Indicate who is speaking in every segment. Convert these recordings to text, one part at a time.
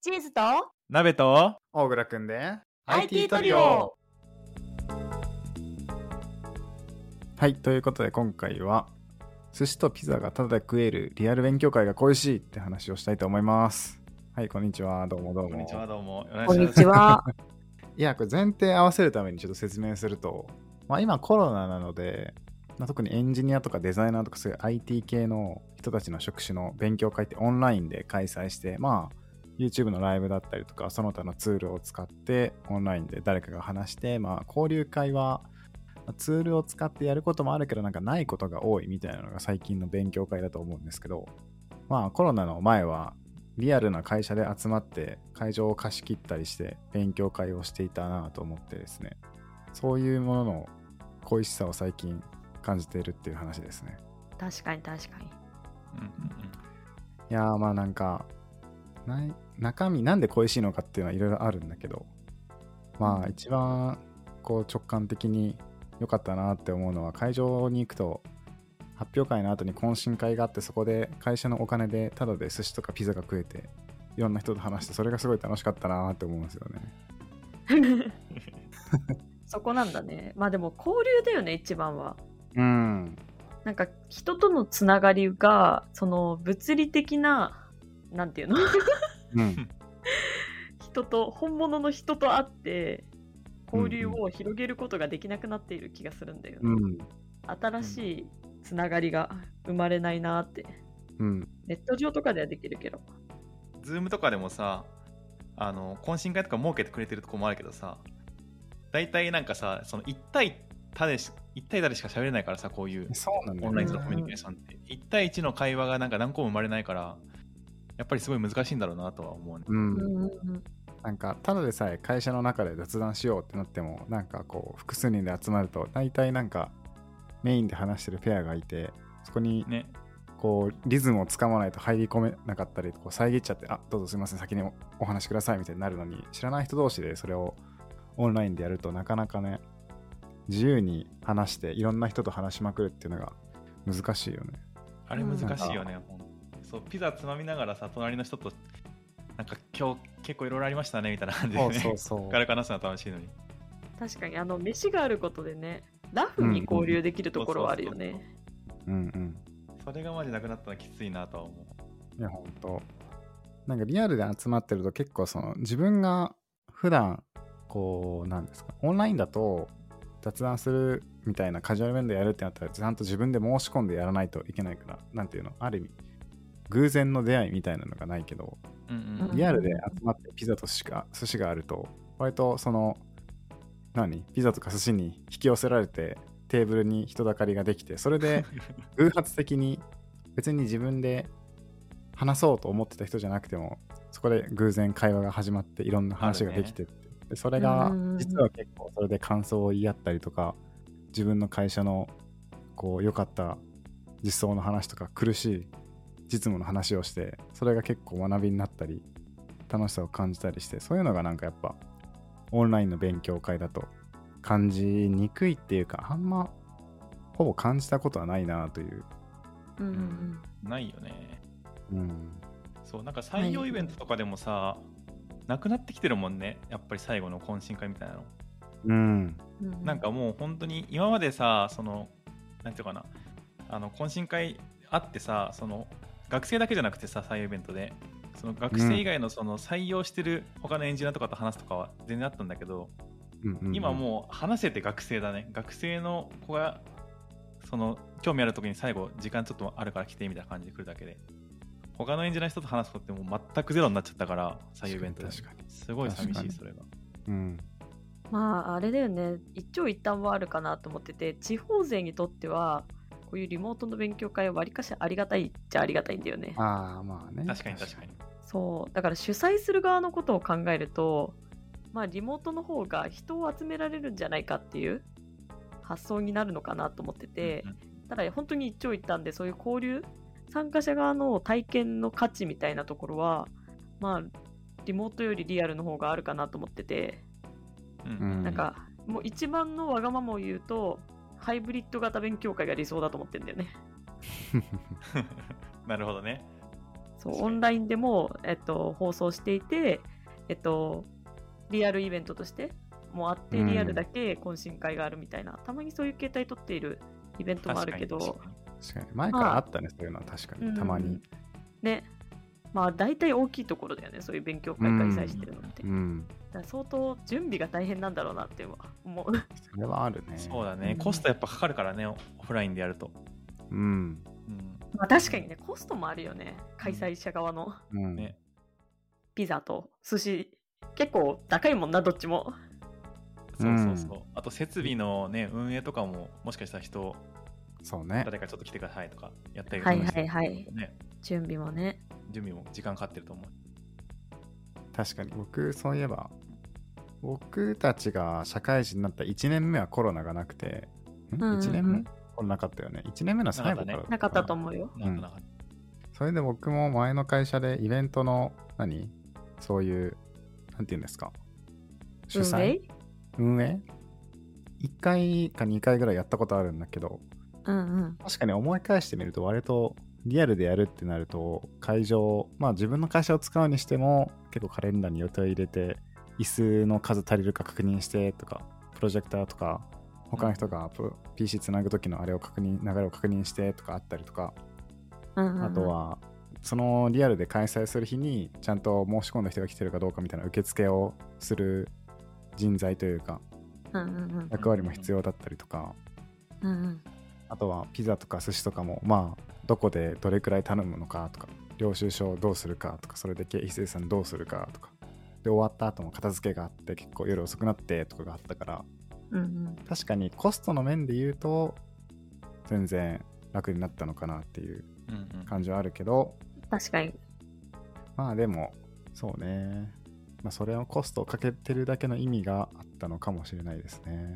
Speaker 1: チーズと
Speaker 2: 鍋と
Speaker 3: 大倉くんで
Speaker 1: IT トリオ
Speaker 3: はいということで今回は寿司とピザがただで食えるリアル勉強会が恋しいって話をしたいと思いますはいこんにちはどうもどうも
Speaker 2: こんにちはどうも
Speaker 1: こんにちは。
Speaker 3: いやこれ前提合わせるためにちょっと説明すると、まあ、今コロナなので、まあ、特にエンジニアとかデザイナーとかそういう IT 系の人たちの職種の勉強会ってオンラインで開催してまあ YouTube のライブだったりとかその他のツールを使ってオンラインで誰かが話してまあ交流会はまあツールを使ってやることもあるけどなんかないことが多いみたいなのが最近の勉強会だと思うんですけどまあコロナの前はリアルな会社で集まって会場を貸し切ったりして勉強会をしていたなと思ってですねそういうものの恋しさを最近感じているっていう話ですね
Speaker 1: 確かに確かに。
Speaker 2: うんうんうん
Speaker 3: いやーまあなんかない中身なんで恋しいのかっていうのはいろいろあるんだけどまあ一番こう直感的に良かったなって思うのは会場に行くと発表会の後に懇親会があってそこで会社のお金でタダで寿司とかピザが食えていろんな人と話してそれがすごい楽しかったなって思うんですよね。
Speaker 1: そこなんだね。まあでも交流だよね、一番は。
Speaker 3: うん
Speaker 1: なんか人とのつながりが、その物理的な、なんていうの
Speaker 3: うん、
Speaker 1: 人と、本物の人と会って、交流を広げることができなくなっている気がするんだよね。
Speaker 3: うん、
Speaker 1: 新しいつながりが生まれないなって。
Speaker 3: うん、
Speaker 1: ネット上とかではできるけど。
Speaker 2: ズームとかでもさあの懇親会とか設けてくれてるとこもあるけどさ大体なんかさその1対他でし1対他でしか喋れないからさこういう
Speaker 3: そうなんだ
Speaker 2: オ
Speaker 3: よ
Speaker 2: ンライ
Speaker 3: ね
Speaker 2: ンのコミュニケーションって1対1の会話がなんか何個も生まれないからやっぱりすごい難しいんだろうなとは思うね
Speaker 3: うん、
Speaker 1: うんうん
Speaker 3: なんかただでさえ会社の中で雑談しようってなってもなんかこう複数人で集まると大体なんかメインで話してるペアがいてそこに
Speaker 2: ね
Speaker 3: こうリズムをつかまないと入り込めなかったりこう遮っちゃってあどうぞすいません先におお話しくださいみたいになるのに知らない人同士でそれをオンラインでやるとなかなかね自由に話していろんな人と話しまくるっていうのが難しいよね
Speaker 2: あれ難しいよね、ほんそうピザつまみながらさ隣の人となんか今日結構いろいろありましたねみたいな感じで、ね、
Speaker 3: そうそうそう
Speaker 2: 軽く話すのは楽しいのに
Speaker 1: 確かに、あの、飯があることでね、ラフに交流できるところはあるよ
Speaker 2: うんそう
Speaker 1: ね。
Speaker 3: うんうん
Speaker 2: それがマジなくなったらきついなとは思う
Speaker 3: いや、ほんと。なんかリアルで集まってると結構その自分が普段こうなんですかオンラインだと雑談するみたいなカジュアル面でやるってなったらちゃんと自分で申し込んでやらないといけないからなんていうのある意味偶然の出会いみたいなのがないけど
Speaker 2: うん
Speaker 1: うん
Speaker 3: リアルで集まってピザと寿司が寿司があると割とその何ピザとか寿司に引き寄せられてテーブルに人だかりができてそれで偶発的に別に自分で話そうと思ってた人じゃなくてもそこで偶然会話が始まっていろんな話ができてって、でそれが
Speaker 1: うんうんうん
Speaker 3: 実は結構それで感想を言い合ったりとか自分の会社のこう良かった実装の話とか苦しい実務の話をしてそれが結構学びになったり楽しさを感じたりしてそういうのがなんかやっぱオンラインの勉強会だと感じにくいっていうかあんまほぼ感じたことはないなという、
Speaker 1: うんうんうん
Speaker 2: ないよね
Speaker 3: うん、
Speaker 2: そうなんか採用イベントとかでもさ、なくなってきてるもんねやっぱり最後の懇親会みたいなの、
Speaker 3: うん、
Speaker 1: うう
Speaker 2: なんかもう本当に今までさそのなんていうかなあの懇親会あってさその学生だけじゃなくてさ採用イベントでその学生以外のその採用してる他のエンジニアとかと話すとかは全然あったんだけど、
Speaker 3: うんうん
Speaker 2: 今もう話せて学生だね学生の子がその興味ある時に最後時間ちょっとあるから来てみたいな感じで来るだけで他のエンジニアの人と話すことってもう全くゼロになっちゃったから採用イベントで
Speaker 3: 確かに
Speaker 2: すごい寂し
Speaker 3: 確か
Speaker 2: い
Speaker 3: に
Speaker 2: それが
Speaker 3: うん
Speaker 1: まああれだよね一長一短はあるかなと思ってて地方勢にとってはこういうリモートの勉強会はわりかしありがたいっちゃありがたいんだよね
Speaker 3: ああまあね
Speaker 2: 確かに確かに
Speaker 1: そうだから主催する側のことを考えるとまあリモートの方が人を集められるんじゃないかっていう発想になるのかなと思ってて
Speaker 2: うんうん
Speaker 1: ただ本当に一長一短でそういう交流参加者側の体験の価値みたいなところはまあリモートよりリアルの方があるかなと思ってて
Speaker 2: うん
Speaker 3: うん
Speaker 1: なんか、もう一番のわがままを言うと、ハイブリッ ド型勉強会が理想だと思ってんだよね。
Speaker 2: なるほどね
Speaker 1: そう
Speaker 2: 確か
Speaker 1: オ
Speaker 2: に
Speaker 1: ンラインでも、えっと、放送していて、えっと、リアルイベントとしてもあって、
Speaker 3: うん
Speaker 1: リアルだけ懇親会があるみたいな、たまにそういう形態取っているイベントもあるけど
Speaker 2: 確、かに
Speaker 3: 確かに前からあったね、そういうのは確か
Speaker 1: うん
Speaker 3: にたまに、
Speaker 1: ね、まあ大体大きいところだよね、そういう勉強会開催してるのって。
Speaker 3: うん
Speaker 1: だから相当準備が大変なんだろうなっては 思う。
Speaker 3: それはあるね
Speaker 2: そうだ
Speaker 1: う
Speaker 2: ね
Speaker 1: ん
Speaker 2: コストやっぱかかるからねオオフラインでやると、
Speaker 3: うん、
Speaker 2: うん、
Speaker 1: まあ確かにね、コストもあるよね、開催者側の
Speaker 3: うん
Speaker 2: ね
Speaker 1: ピザと寿司。結構高いもんな、どっちも。
Speaker 2: そうそうそう、
Speaker 3: う
Speaker 2: あと設備のね運営とかももしかしたら人
Speaker 3: そうね
Speaker 2: 誰かちょっと来てくださいとかやったり
Speaker 1: はいはいはい
Speaker 2: ね
Speaker 1: 準備もね。
Speaker 2: 準備も時間かかってると思う
Speaker 3: 確かに僕そういえば僕たちが社会人になった1年目はコロナがなくて、ん
Speaker 1: うんうんうん
Speaker 3: 1年目コロナなかったよね1年目の最後からだ
Speaker 1: なかったと
Speaker 3: う
Speaker 1: 思うよ。
Speaker 2: なんとなく
Speaker 3: それで僕も前の会社でイベントの何そういうなんて言うんですか主催運営1回か2回ぐらいやったことあるんだけど
Speaker 1: うんうん。
Speaker 3: 確かに思い返してみると割とリアルでやるってなると会場まあ自分の会社を使うにしても結構カレンダーに予定を入れて椅子の数足りるか確認してとかプロジェクターとか他の人がプロ PC つなぐ時のあれを確認流れを確認してとかあったりとか
Speaker 1: うんうんうん
Speaker 3: あと、はそのリアルで開催する日にちゃんと申し込んだ人が来てるかどうかみたいな受付をする人材というか
Speaker 1: うんうん
Speaker 3: 役割も必要だったりとか、
Speaker 1: うんうん
Speaker 3: あとはピザとか寿司とかもまあどこでどれくらい頼むのかとか領収書をどうするかとかそれで経費精算どうするかとかで終わった後も片付けがあって結構夜遅くなってとかがあったから
Speaker 1: うんうん
Speaker 3: 確かにコストの面で言うと全然楽になったのかなっていう
Speaker 2: うんうん
Speaker 3: 感じはあるけど
Speaker 1: 確かに。
Speaker 3: まあでもそうねまあそれをコストをかけてるだけの意味があったのかもしれないですね。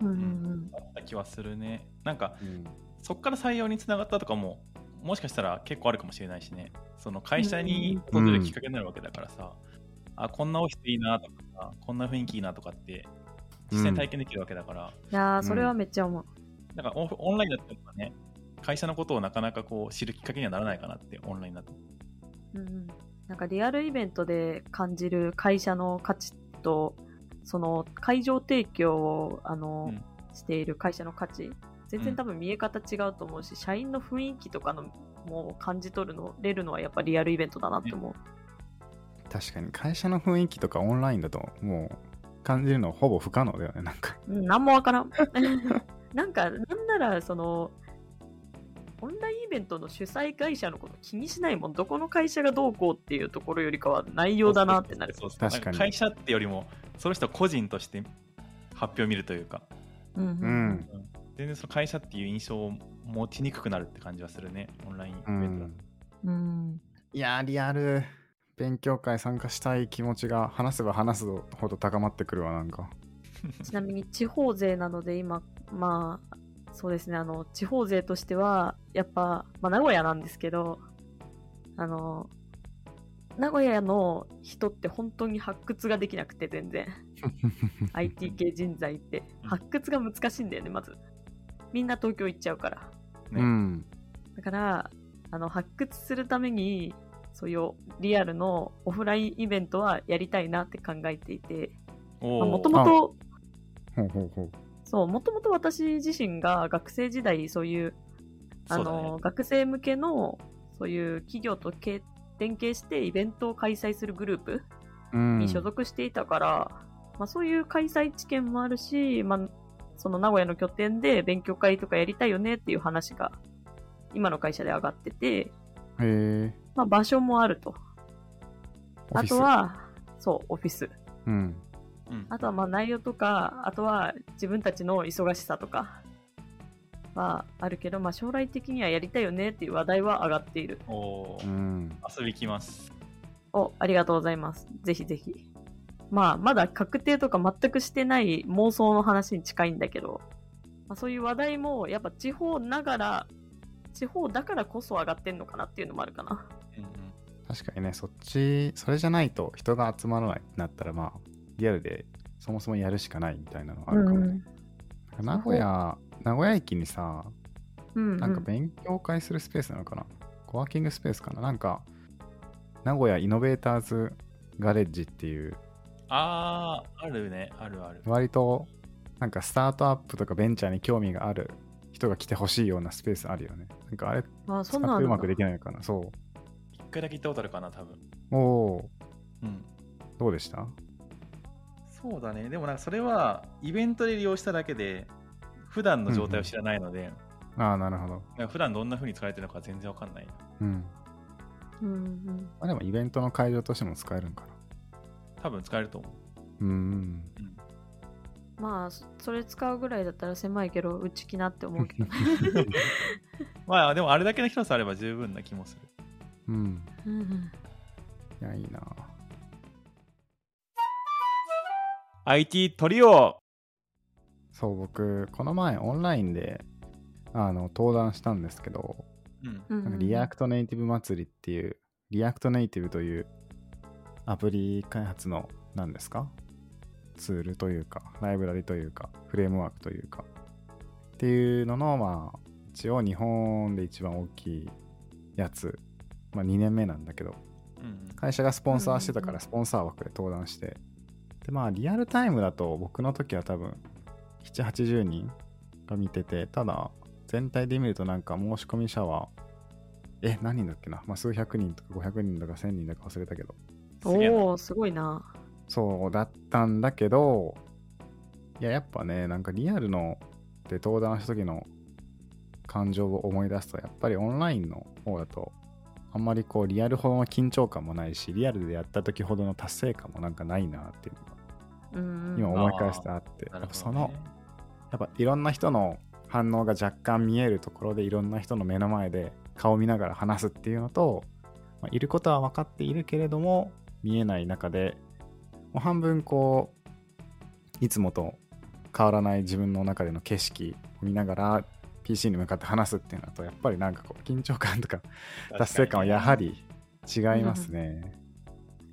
Speaker 1: うんうん
Speaker 2: あった気はするねなんか
Speaker 3: うん
Speaker 2: そっから採用につながったとかももしかしたら結構あるかもしれないしねその会社に訪れるきっかけになるわけだからさ、あこんなオフィスいいなとかさこんな雰囲気いいなとかって実際に体験できるわけだから、
Speaker 1: うん。いやー、それはめっちゃ思う。
Speaker 2: なんかオフオンラインだったらね会社のことをなかなかこう知るきっかけにはならないかなってオンラインだと
Speaker 1: うんうんなんかリアルイベントで感じる会社の価値と、その会場提供をあの、
Speaker 2: うん
Speaker 1: している会社の価値、全
Speaker 2: う
Speaker 1: 然
Speaker 2: ん
Speaker 1: 多分見え方違うと思うし、社員の雰囲気とかのもう感じ取るのれるのはやっぱリアルイベントだなって思う。
Speaker 3: 確かに会社の雰囲気とかオンラインだともう感じるのほぼ不可能だよねなんか
Speaker 1: うん、なんもわからん。 なんか、なんなら、その、オンラインイベントの主催会社のこと気にしないもん、どこの会社がどうこうっていうところよりかは内容だなってなる。
Speaker 2: そうそうそう
Speaker 3: 確かに
Speaker 2: なん会社ってよりもその人個人として発表を見るというか
Speaker 1: うんう
Speaker 3: うんん、
Speaker 2: 全然その会社っていう印象を持ちにくくなるって感じはするねオンラインイベ
Speaker 3: う
Speaker 2: ントだと
Speaker 3: ん、
Speaker 1: うん
Speaker 3: いやーリアル勉強会参加したい気持ちが話せば話すほど高まってくるわなんか
Speaker 1: ちなみに地方勢なので今、まあ、そうですね、あの、地方勢としては、やっぱ、まあ、名古屋なんですけど、あの、名古屋の人って本当に発掘ができなくて、全 然。IT 系人材って
Speaker 2: うん
Speaker 1: 発掘が難しいんだよねまずみんな東京行っちゃうから
Speaker 2: ね
Speaker 3: うん
Speaker 1: だからあの発掘するためにそういうリアルのオフラインイベントはやりたいなって考えていて
Speaker 2: おー
Speaker 1: もともと
Speaker 3: ほうほうほう
Speaker 1: そうもともと私自身が学生時代そういうあ
Speaker 2: そうだね
Speaker 1: の学生向けのそういう企業とけ連携してイベントを開催するグループ
Speaker 3: うん
Speaker 1: に所属していたから、まあ、そういう開催知見もあるし、まあ、その名古屋の拠点で勉強会とかやりたいよねっていう話が今の会社で上がってて、
Speaker 3: へえ
Speaker 1: まあ、場所もあると
Speaker 3: オ
Speaker 1: あ
Speaker 3: フィス
Speaker 1: とはそうオフィス
Speaker 3: うん
Speaker 2: うん
Speaker 1: あとはまあ内容とかあとは自分たちの忙しさとかはあるけど、まあ、将来的にはやりたいよねっていう話題は上がっている
Speaker 2: おー
Speaker 3: うん
Speaker 2: 遊びきます。
Speaker 1: おありがとうございますぜひぜひまあまだ確定とか全くしてない妄想の話に近いんだけど、まあ、そういう話題もやっぱ地方ながら地方だからこそ上がってんのかなっていうのもあるかな
Speaker 3: 確かにねそっちそれじゃないと人が集まらないってなったらまあリアルでそもそもやるしかないみたいなのはあるかも、ねなんか名古屋名古屋駅にさ
Speaker 1: うんうん
Speaker 3: なんか勉強会するスペースなのかな、コワーキングスペースかななんか名古屋イノベーターズガレッジっていう
Speaker 2: ああ、あるね、あるある。
Speaker 3: 割となんかスタートアップとかベンチャーに興味がある人が来てほしいようなスペースあるよねなんかあれ
Speaker 1: あ、
Speaker 3: 使
Speaker 1: そ
Speaker 3: っ
Speaker 1: ん
Speaker 3: て
Speaker 1: なんあ
Speaker 3: う
Speaker 1: るん
Speaker 3: ま
Speaker 1: だ
Speaker 3: くできないのかなそ
Speaker 2: 一回だけ行ったことあるかな、多分。
Speaker 3: うおお
Speaker 2: うん。
Speaker 3: どうでした
Speaker 2: そうだね。でもなんかそれはイベントで利用しただけで、普段の状態を知らないので、
Speaker 3: ああなるほど
Speaker 2: なんか普段どんな風に使われてるのか全然わかんない。
Speaker 3: うん
Speaker 1: うんうん。
Speaker 3: まあでもイベントの会場としても使えるんかな
Speaker 2: 多分使えると思う。
Speaker 3: うんうん
Speaker 1: まあ、そそれ使うぐらいだったら狭いけど、内気なって思 うけど。
Speaker 2: まあでもあれだけの広さあれば十分な気もする。
Speaker 3: うん
Speaker 1: うんうん
Speaker 3: いやいいな
Speaker 2: IT トリオ
Speaker 3: そう僕この前オンラインであの登壇したんですけど
Speaker 2: うん。
Speaker 1: うん
Speaker 3: なん
Speaker 1: う
Speaker 3: か
Speaker 1: ん
Speaker 3: リアクトネイティブ祭りっていう、リアクトネイティブというアプリ開発の何ですかツールというか、ライブラリというか、フレームワークというか、っていうのの、まあ、一応日本で一番大きいやつ、まあ2年目なんだけど、
Speaker 2: うん
Speaker 3: 会社がスポンサーしてたか
Speaker 1: うんうんう
Speaker 3: ら
Speaker 1: ん
Speaker 3: スポンサー枠で登壇してでまあリアルタイムだと僕の時は多分780人が見ててただ全体で見るとなんか申し込み者はえ何人だっけな、まあ、数百人とか500人とか1000人とか忘れたけど
Speaker 2: すげえな
Speaker 1: おお、すごいな。
Speaker 3: そうだったんだけどいややっぱねなんかリアルので登壇した時の感情を思い出すとやっぱりオンラインの方だとあんまりこうリアルほどの緊張感もないしリアルでやった時ほどの達成感もなんかないなっていうのが
Speaker 1: うんうん、
Speaker 3: 今思い返してあって、
Speaker 2: な
Speaker 3: や
Speaker 2: るほどね
Speaker 3: っぱそのやっぱいろんな人の反応が若干見えるところでいろんな人の目の前で顔見ながら話すっていうのと、まあいることは分かっているけれども見えない中でもう半分こういつもと変わらない自分の中での景色を見ながら PC に向かって話すっていうのとやっぱりなんかこう緊張感とか 達成感はやはり違いますね。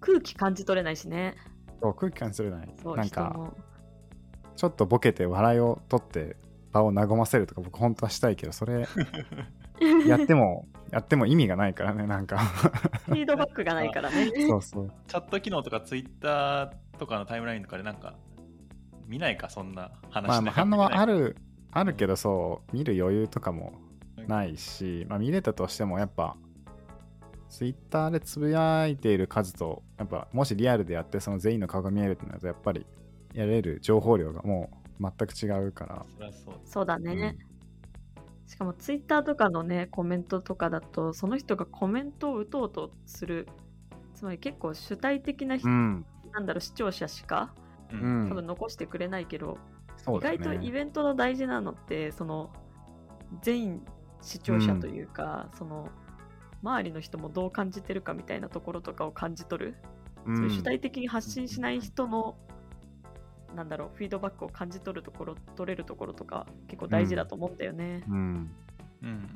Speaker 1: 空気感じ取れないしね。
Speaker 3: そう空気感するない
Speaker 1: そう、
Speaker 3: なん
Speaker 1: 人
Speaker 3: か
Speaker 1: の
Speaker 3: ちょっとボケて笑いを取って場を和ませるとか僕本当はしたいけどそ れやってもやっても意味がないからねなんか
Speaker 1: フィードバックがないからね。
Speaker 3: そうそう
Speaker 2: チャット機能とかツイッターとかのタイムラインとかでなんか見ないかそんな話
Speaker 3: まあまあ反応はあ
Speaker 2: る
Speaker 3: るあるけどそう見る余裕とかもないし、まあ、見れたとしてもやっぱツイッターでつぶやいている数とやっぱもしリアルでやってその全員の顔が見えるってなるとやっぱりやれる情報量がもう全く違うから、
Speaker 2: そりゃそう
Speaker 1: そうだね。しかもツイッターとかのね、コメントとかだと、その人がコメントを打とうとする、つまり結構主体的な人、
Speaker 3: うん、
Speaker 1: なんだろう、視聴者しか、
Speaker 2: う
Speaker 3: うん
Speaker 1: 多分
Speaker 3: ん、
Speaker 1: 残してくれないけど、
Speaker 3: そ
Speaker 1: 意
Speaker 3: うだね
Speaker 1: 外とイベントの大事なのって、その、全員視聴者というか、その、周りの人もどう感じてるかみたいなところとかを感じ取る、そういう主体的に発信しない人の、なんだろう、フィードバックを感じ取るところ、取れるところとか、結構大事だと思うんだよね。
Speaker 3: うんうん
Speaker 2: うんうん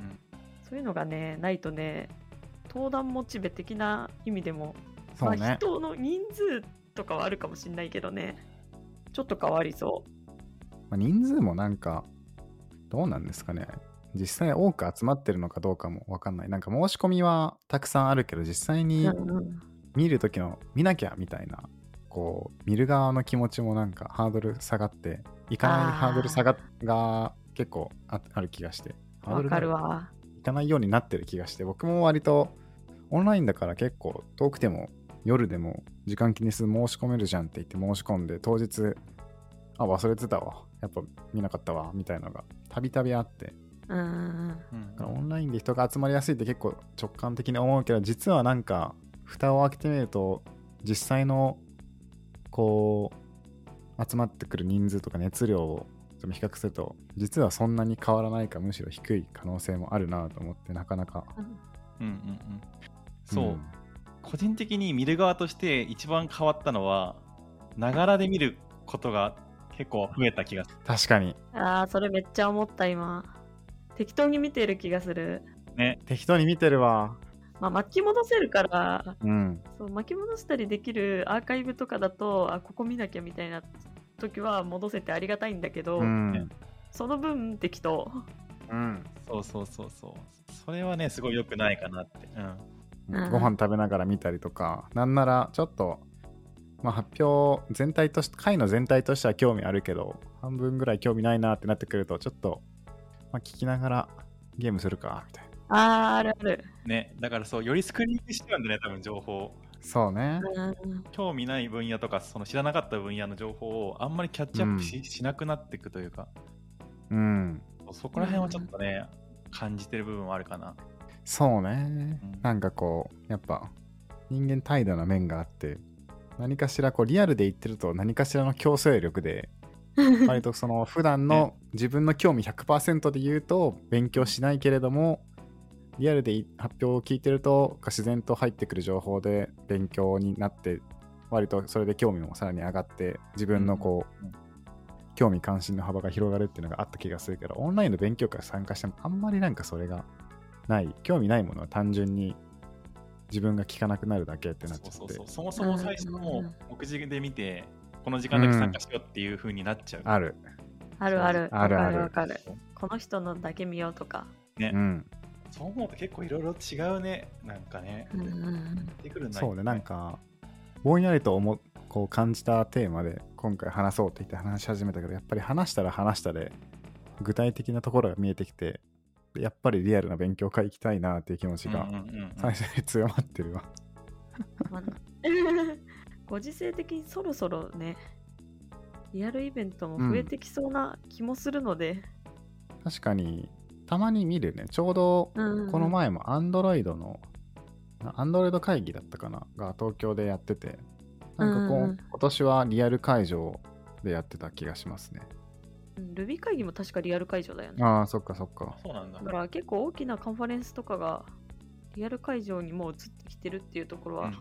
Speaker 1: そういうのがね、ないとね、登壇モチベ的な意味でも、
Speaker 3: そう
Speaker 1: まあ、
Speaker 3: ね
Speaker 1: 人の人数とかはあるかもしれないけどね、ちょっと変わりそ
Speaker 3: まあ、人数もなんかどうなんですかね実際多く集まってるのかどうかもわかんないなんか申し込みはたくさんあるけど実際
Speaker 1: う。
Speaker 3: に
Speaker 1: うんうん
Speaker 3: 見る時の見なきゃみたいなこう見る側の気持ちもなんかハードル下がって行かないハードル下がが結構あある気がしてハード
Speaker 1: わ
Speaker 3: ル
Speaker 1: か
Speaker 3: が
Speaker 1: るわ。
Speaker 3: 行かないようになってる気がして僕も割とオンラインだから結構遠くても夜でも時間気にせず申し込めるじゃんって言って申し込んで当日あ忘れてたわやっぱ見なかったわみたいなのがたびたびあって
Speaker 1: うんうん
Speaker 2: うん
Speaker 3: だからオンラインで人が集まりやすいって結構直感的に思うけど実はなんか蓋を開けてみると実際のこう集まってくる人数とか熱量をちょっと比較すると実はそんなに変わらないかむしろ低い可能性もあるなと思ってなかなか
Speaker 1: うん。
Speaker 2: うんうんうんそう、個人的に見る側として一番変わったのはながらで見ることが結構増えた気がする
Speaker 3: 確かに
Speaker 1: ああ、それめっちゃ思った今。適当に見てる気がする。
Speaker 2: ね
Speaker 3: 適当に見てるわ
Speaker 1: まあ、巻き戻せるから、
Speaker 3: うん
Speaker 1: そう巻き戻したりできるアーカイブとかだと、あ、ここ見なきゃみたいな時は戻せてありがたいんだけど、
Speaker 3: うん
Speaker 1: その分適当。
Speaker 3: うん
Speaker 2: そうそうそうそうそれはねすごい良くないかなってうん
Speaker 1: うん
Speaker 3: ご飯食べながら見たりとか、なんならちょっと、まあ、発表全体として、会の全体としては興味あるけど、半分ぐらい興味ないなってなってくると、ちょっと、まあ、聞きながらゲームするか、みたいな。
Speaker 1: あーあるある。
Speaker 2: ね、だからそう、よりスクリーニングしてたんだね、多分情報。
Speaker 3: そうね。
Speaker 1: うん
Speaker 2: 興味ない分野とか、その知らなかった分野の情報をあんまりキャッチアップし,、しなくなっていくというか、
Speaker 3: うん。
Speaker 2: そこら辺はちょっとね、感じてる部分はあるかな。
Speaker 3: そうね
Speaker 2: うん。
Speaker 3: なんかこう、やっぱ、人間怠惰な面があって、何かしらこうリアルで言ってると何かしらの競争力で 割とその普段の自分の興味100%で言うと勉強しないけれどもリアルでい発表を聞いてると自然と入ってくる情報で勉強になって割とそれで興味もさらに上がって自分のこう、興味関心の幅が広がるっていうのがあった気がするけどオンラインの勉強会参加してもあんまりなんかそれがない興味ないものは単純に自分が聞かなくなるだけってなっちゃって
Speaker 2: そうそうそうそもそも最初の
Speaker 1: う
Speaker 2: も
Speaker 1: ん
Speaker 2: う目次で見て、この時間だけ参加しようっていう風になっちゃう。
Speaker 3: ある
Speaker 1: あるある。
Speaker 3: あるある
Speaker 1: わかるわかる。この人のだけ見ようとか。
Speaker 2: ね、
Speaker 3: うん
Speaker 2: そう思うと結構いろいろ違うね、なんかね。
Speaker 1: うんうん
Speaker 2: 出てくるんだよ
Speaker 3: そうね、なんか、ぼんやりと思うこう感じたテーマで、今回話そうって言って話し始めたけど、やっぱり話したら話したで、具体的なところが見えてきて、やっぱりリアルな勉強会行きたいなっていう気持ちが
Speaker 2: うん、うんうんうん
Speaker 3: 最初に強まってるわ。
Speaker 1: ま あご時世的にそろそろね、リアルイベントも増えてきそうな気もするので。
Speaker 3: 確かに、たまに見るね、ちょうど
Speaker 1: うんうん
Speaker 3: この前も Android の、Android 会議だったかな、が東京でやってて、なんかこう、
Speaker 1: うんうん
Speaker 3: 今年はリアル会場でやってた気がしますね。
Speaker 1: うんルビー会議も確かリアル会場だよね。
Speaker 3: ああ、そっかそっか。
Speaker 2: そうなんだ
Speaker 1: だ。から結構大きなカンファレンスとかがリアル会場にもう移ってきてるっていうところは、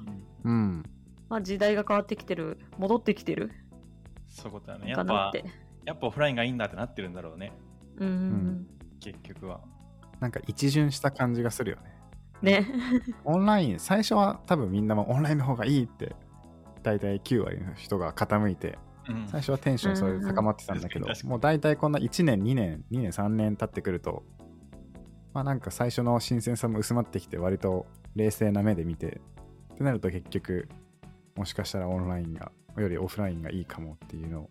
Speaker 2: うんうん
Speaker 3: うん。
Speaker 1: まあ時代が変わってきてる、戻ってきてる
Speaker 2: そういうことだね。や
Speaker 1: か
Speaker 2: っ
Speaker 1: な
Speaker 2: ぱ
Speaker 1: っ、て。
Speaker 2: やっぱオフラインがいいんだってなってるんだろうね、
Speaker 1: うんうんうん。
Speaker 2: 結局は。
Speaker 3: なんか一巡した感じがするよね。
Speaker 1: ね。
Speaker 3: オンライン、最初は多分みんなもオンラインの方がいいって、大体9割の人が傾いて、
Speaker 2: うん
Speaker 3: 最初はテンションそれで高まってたんだけど
Speaker 2: うんうん確かに確か、に
Speaker 3: もう大体こんな1年、2年、2年、3年経ってくると、まあなんか最初の新鮮さも薄まってきて、割と冷静な目で見て、ってなると結局、もしかしたらオンラインが、よりオフラインがいいかもっていうのを、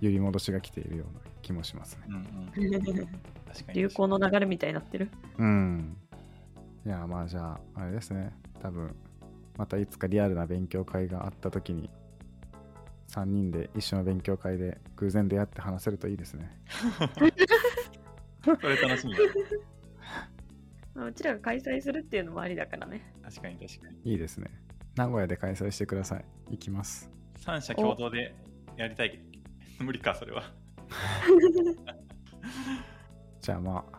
Speaker 3: 揺り戻しが来ているような気もしますね。
Speaker 2: うんうん確かに
Speaker 1: 流行の流れみたいになってる。
Speaker 3: うん。いや、まあじゃあ、あれですね。多分、またいつかリアルな勉強会があった時に、3人で一緒の勉強会で偶然出会って話せるといいですね。
Speaker 2: それ楽しみだ。
Speaker 1: まあうちらが開催するっていうのもありだからね。
Speaker 2: 確かに確かに。
Speaker 3: いいですね。名古屋で開催してください。行きます。
Speaker 2: 三者共同でやりたい。無理か、それは。
Speaker 3: じゃあまあ、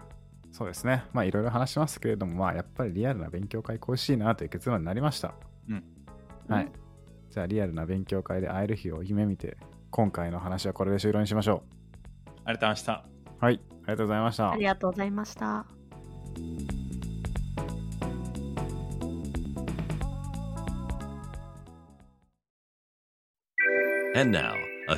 Speaker 3: そうですね。まあいろいろ話しますけれども、まあやっぱりリアルな勉強会恋しいなという結論になりました。
Speaker 2: うん
Speaker 3: はい。じゃあリアルな勉強会で会える日を夢見て、今回の話はこれで終了にしましょ
Speaker 2: ありがとうございました。
Speaker 3: う。はい。ありがとうございました
Speaker 1: あ。りがとうございました。
Speaker 4: And now, a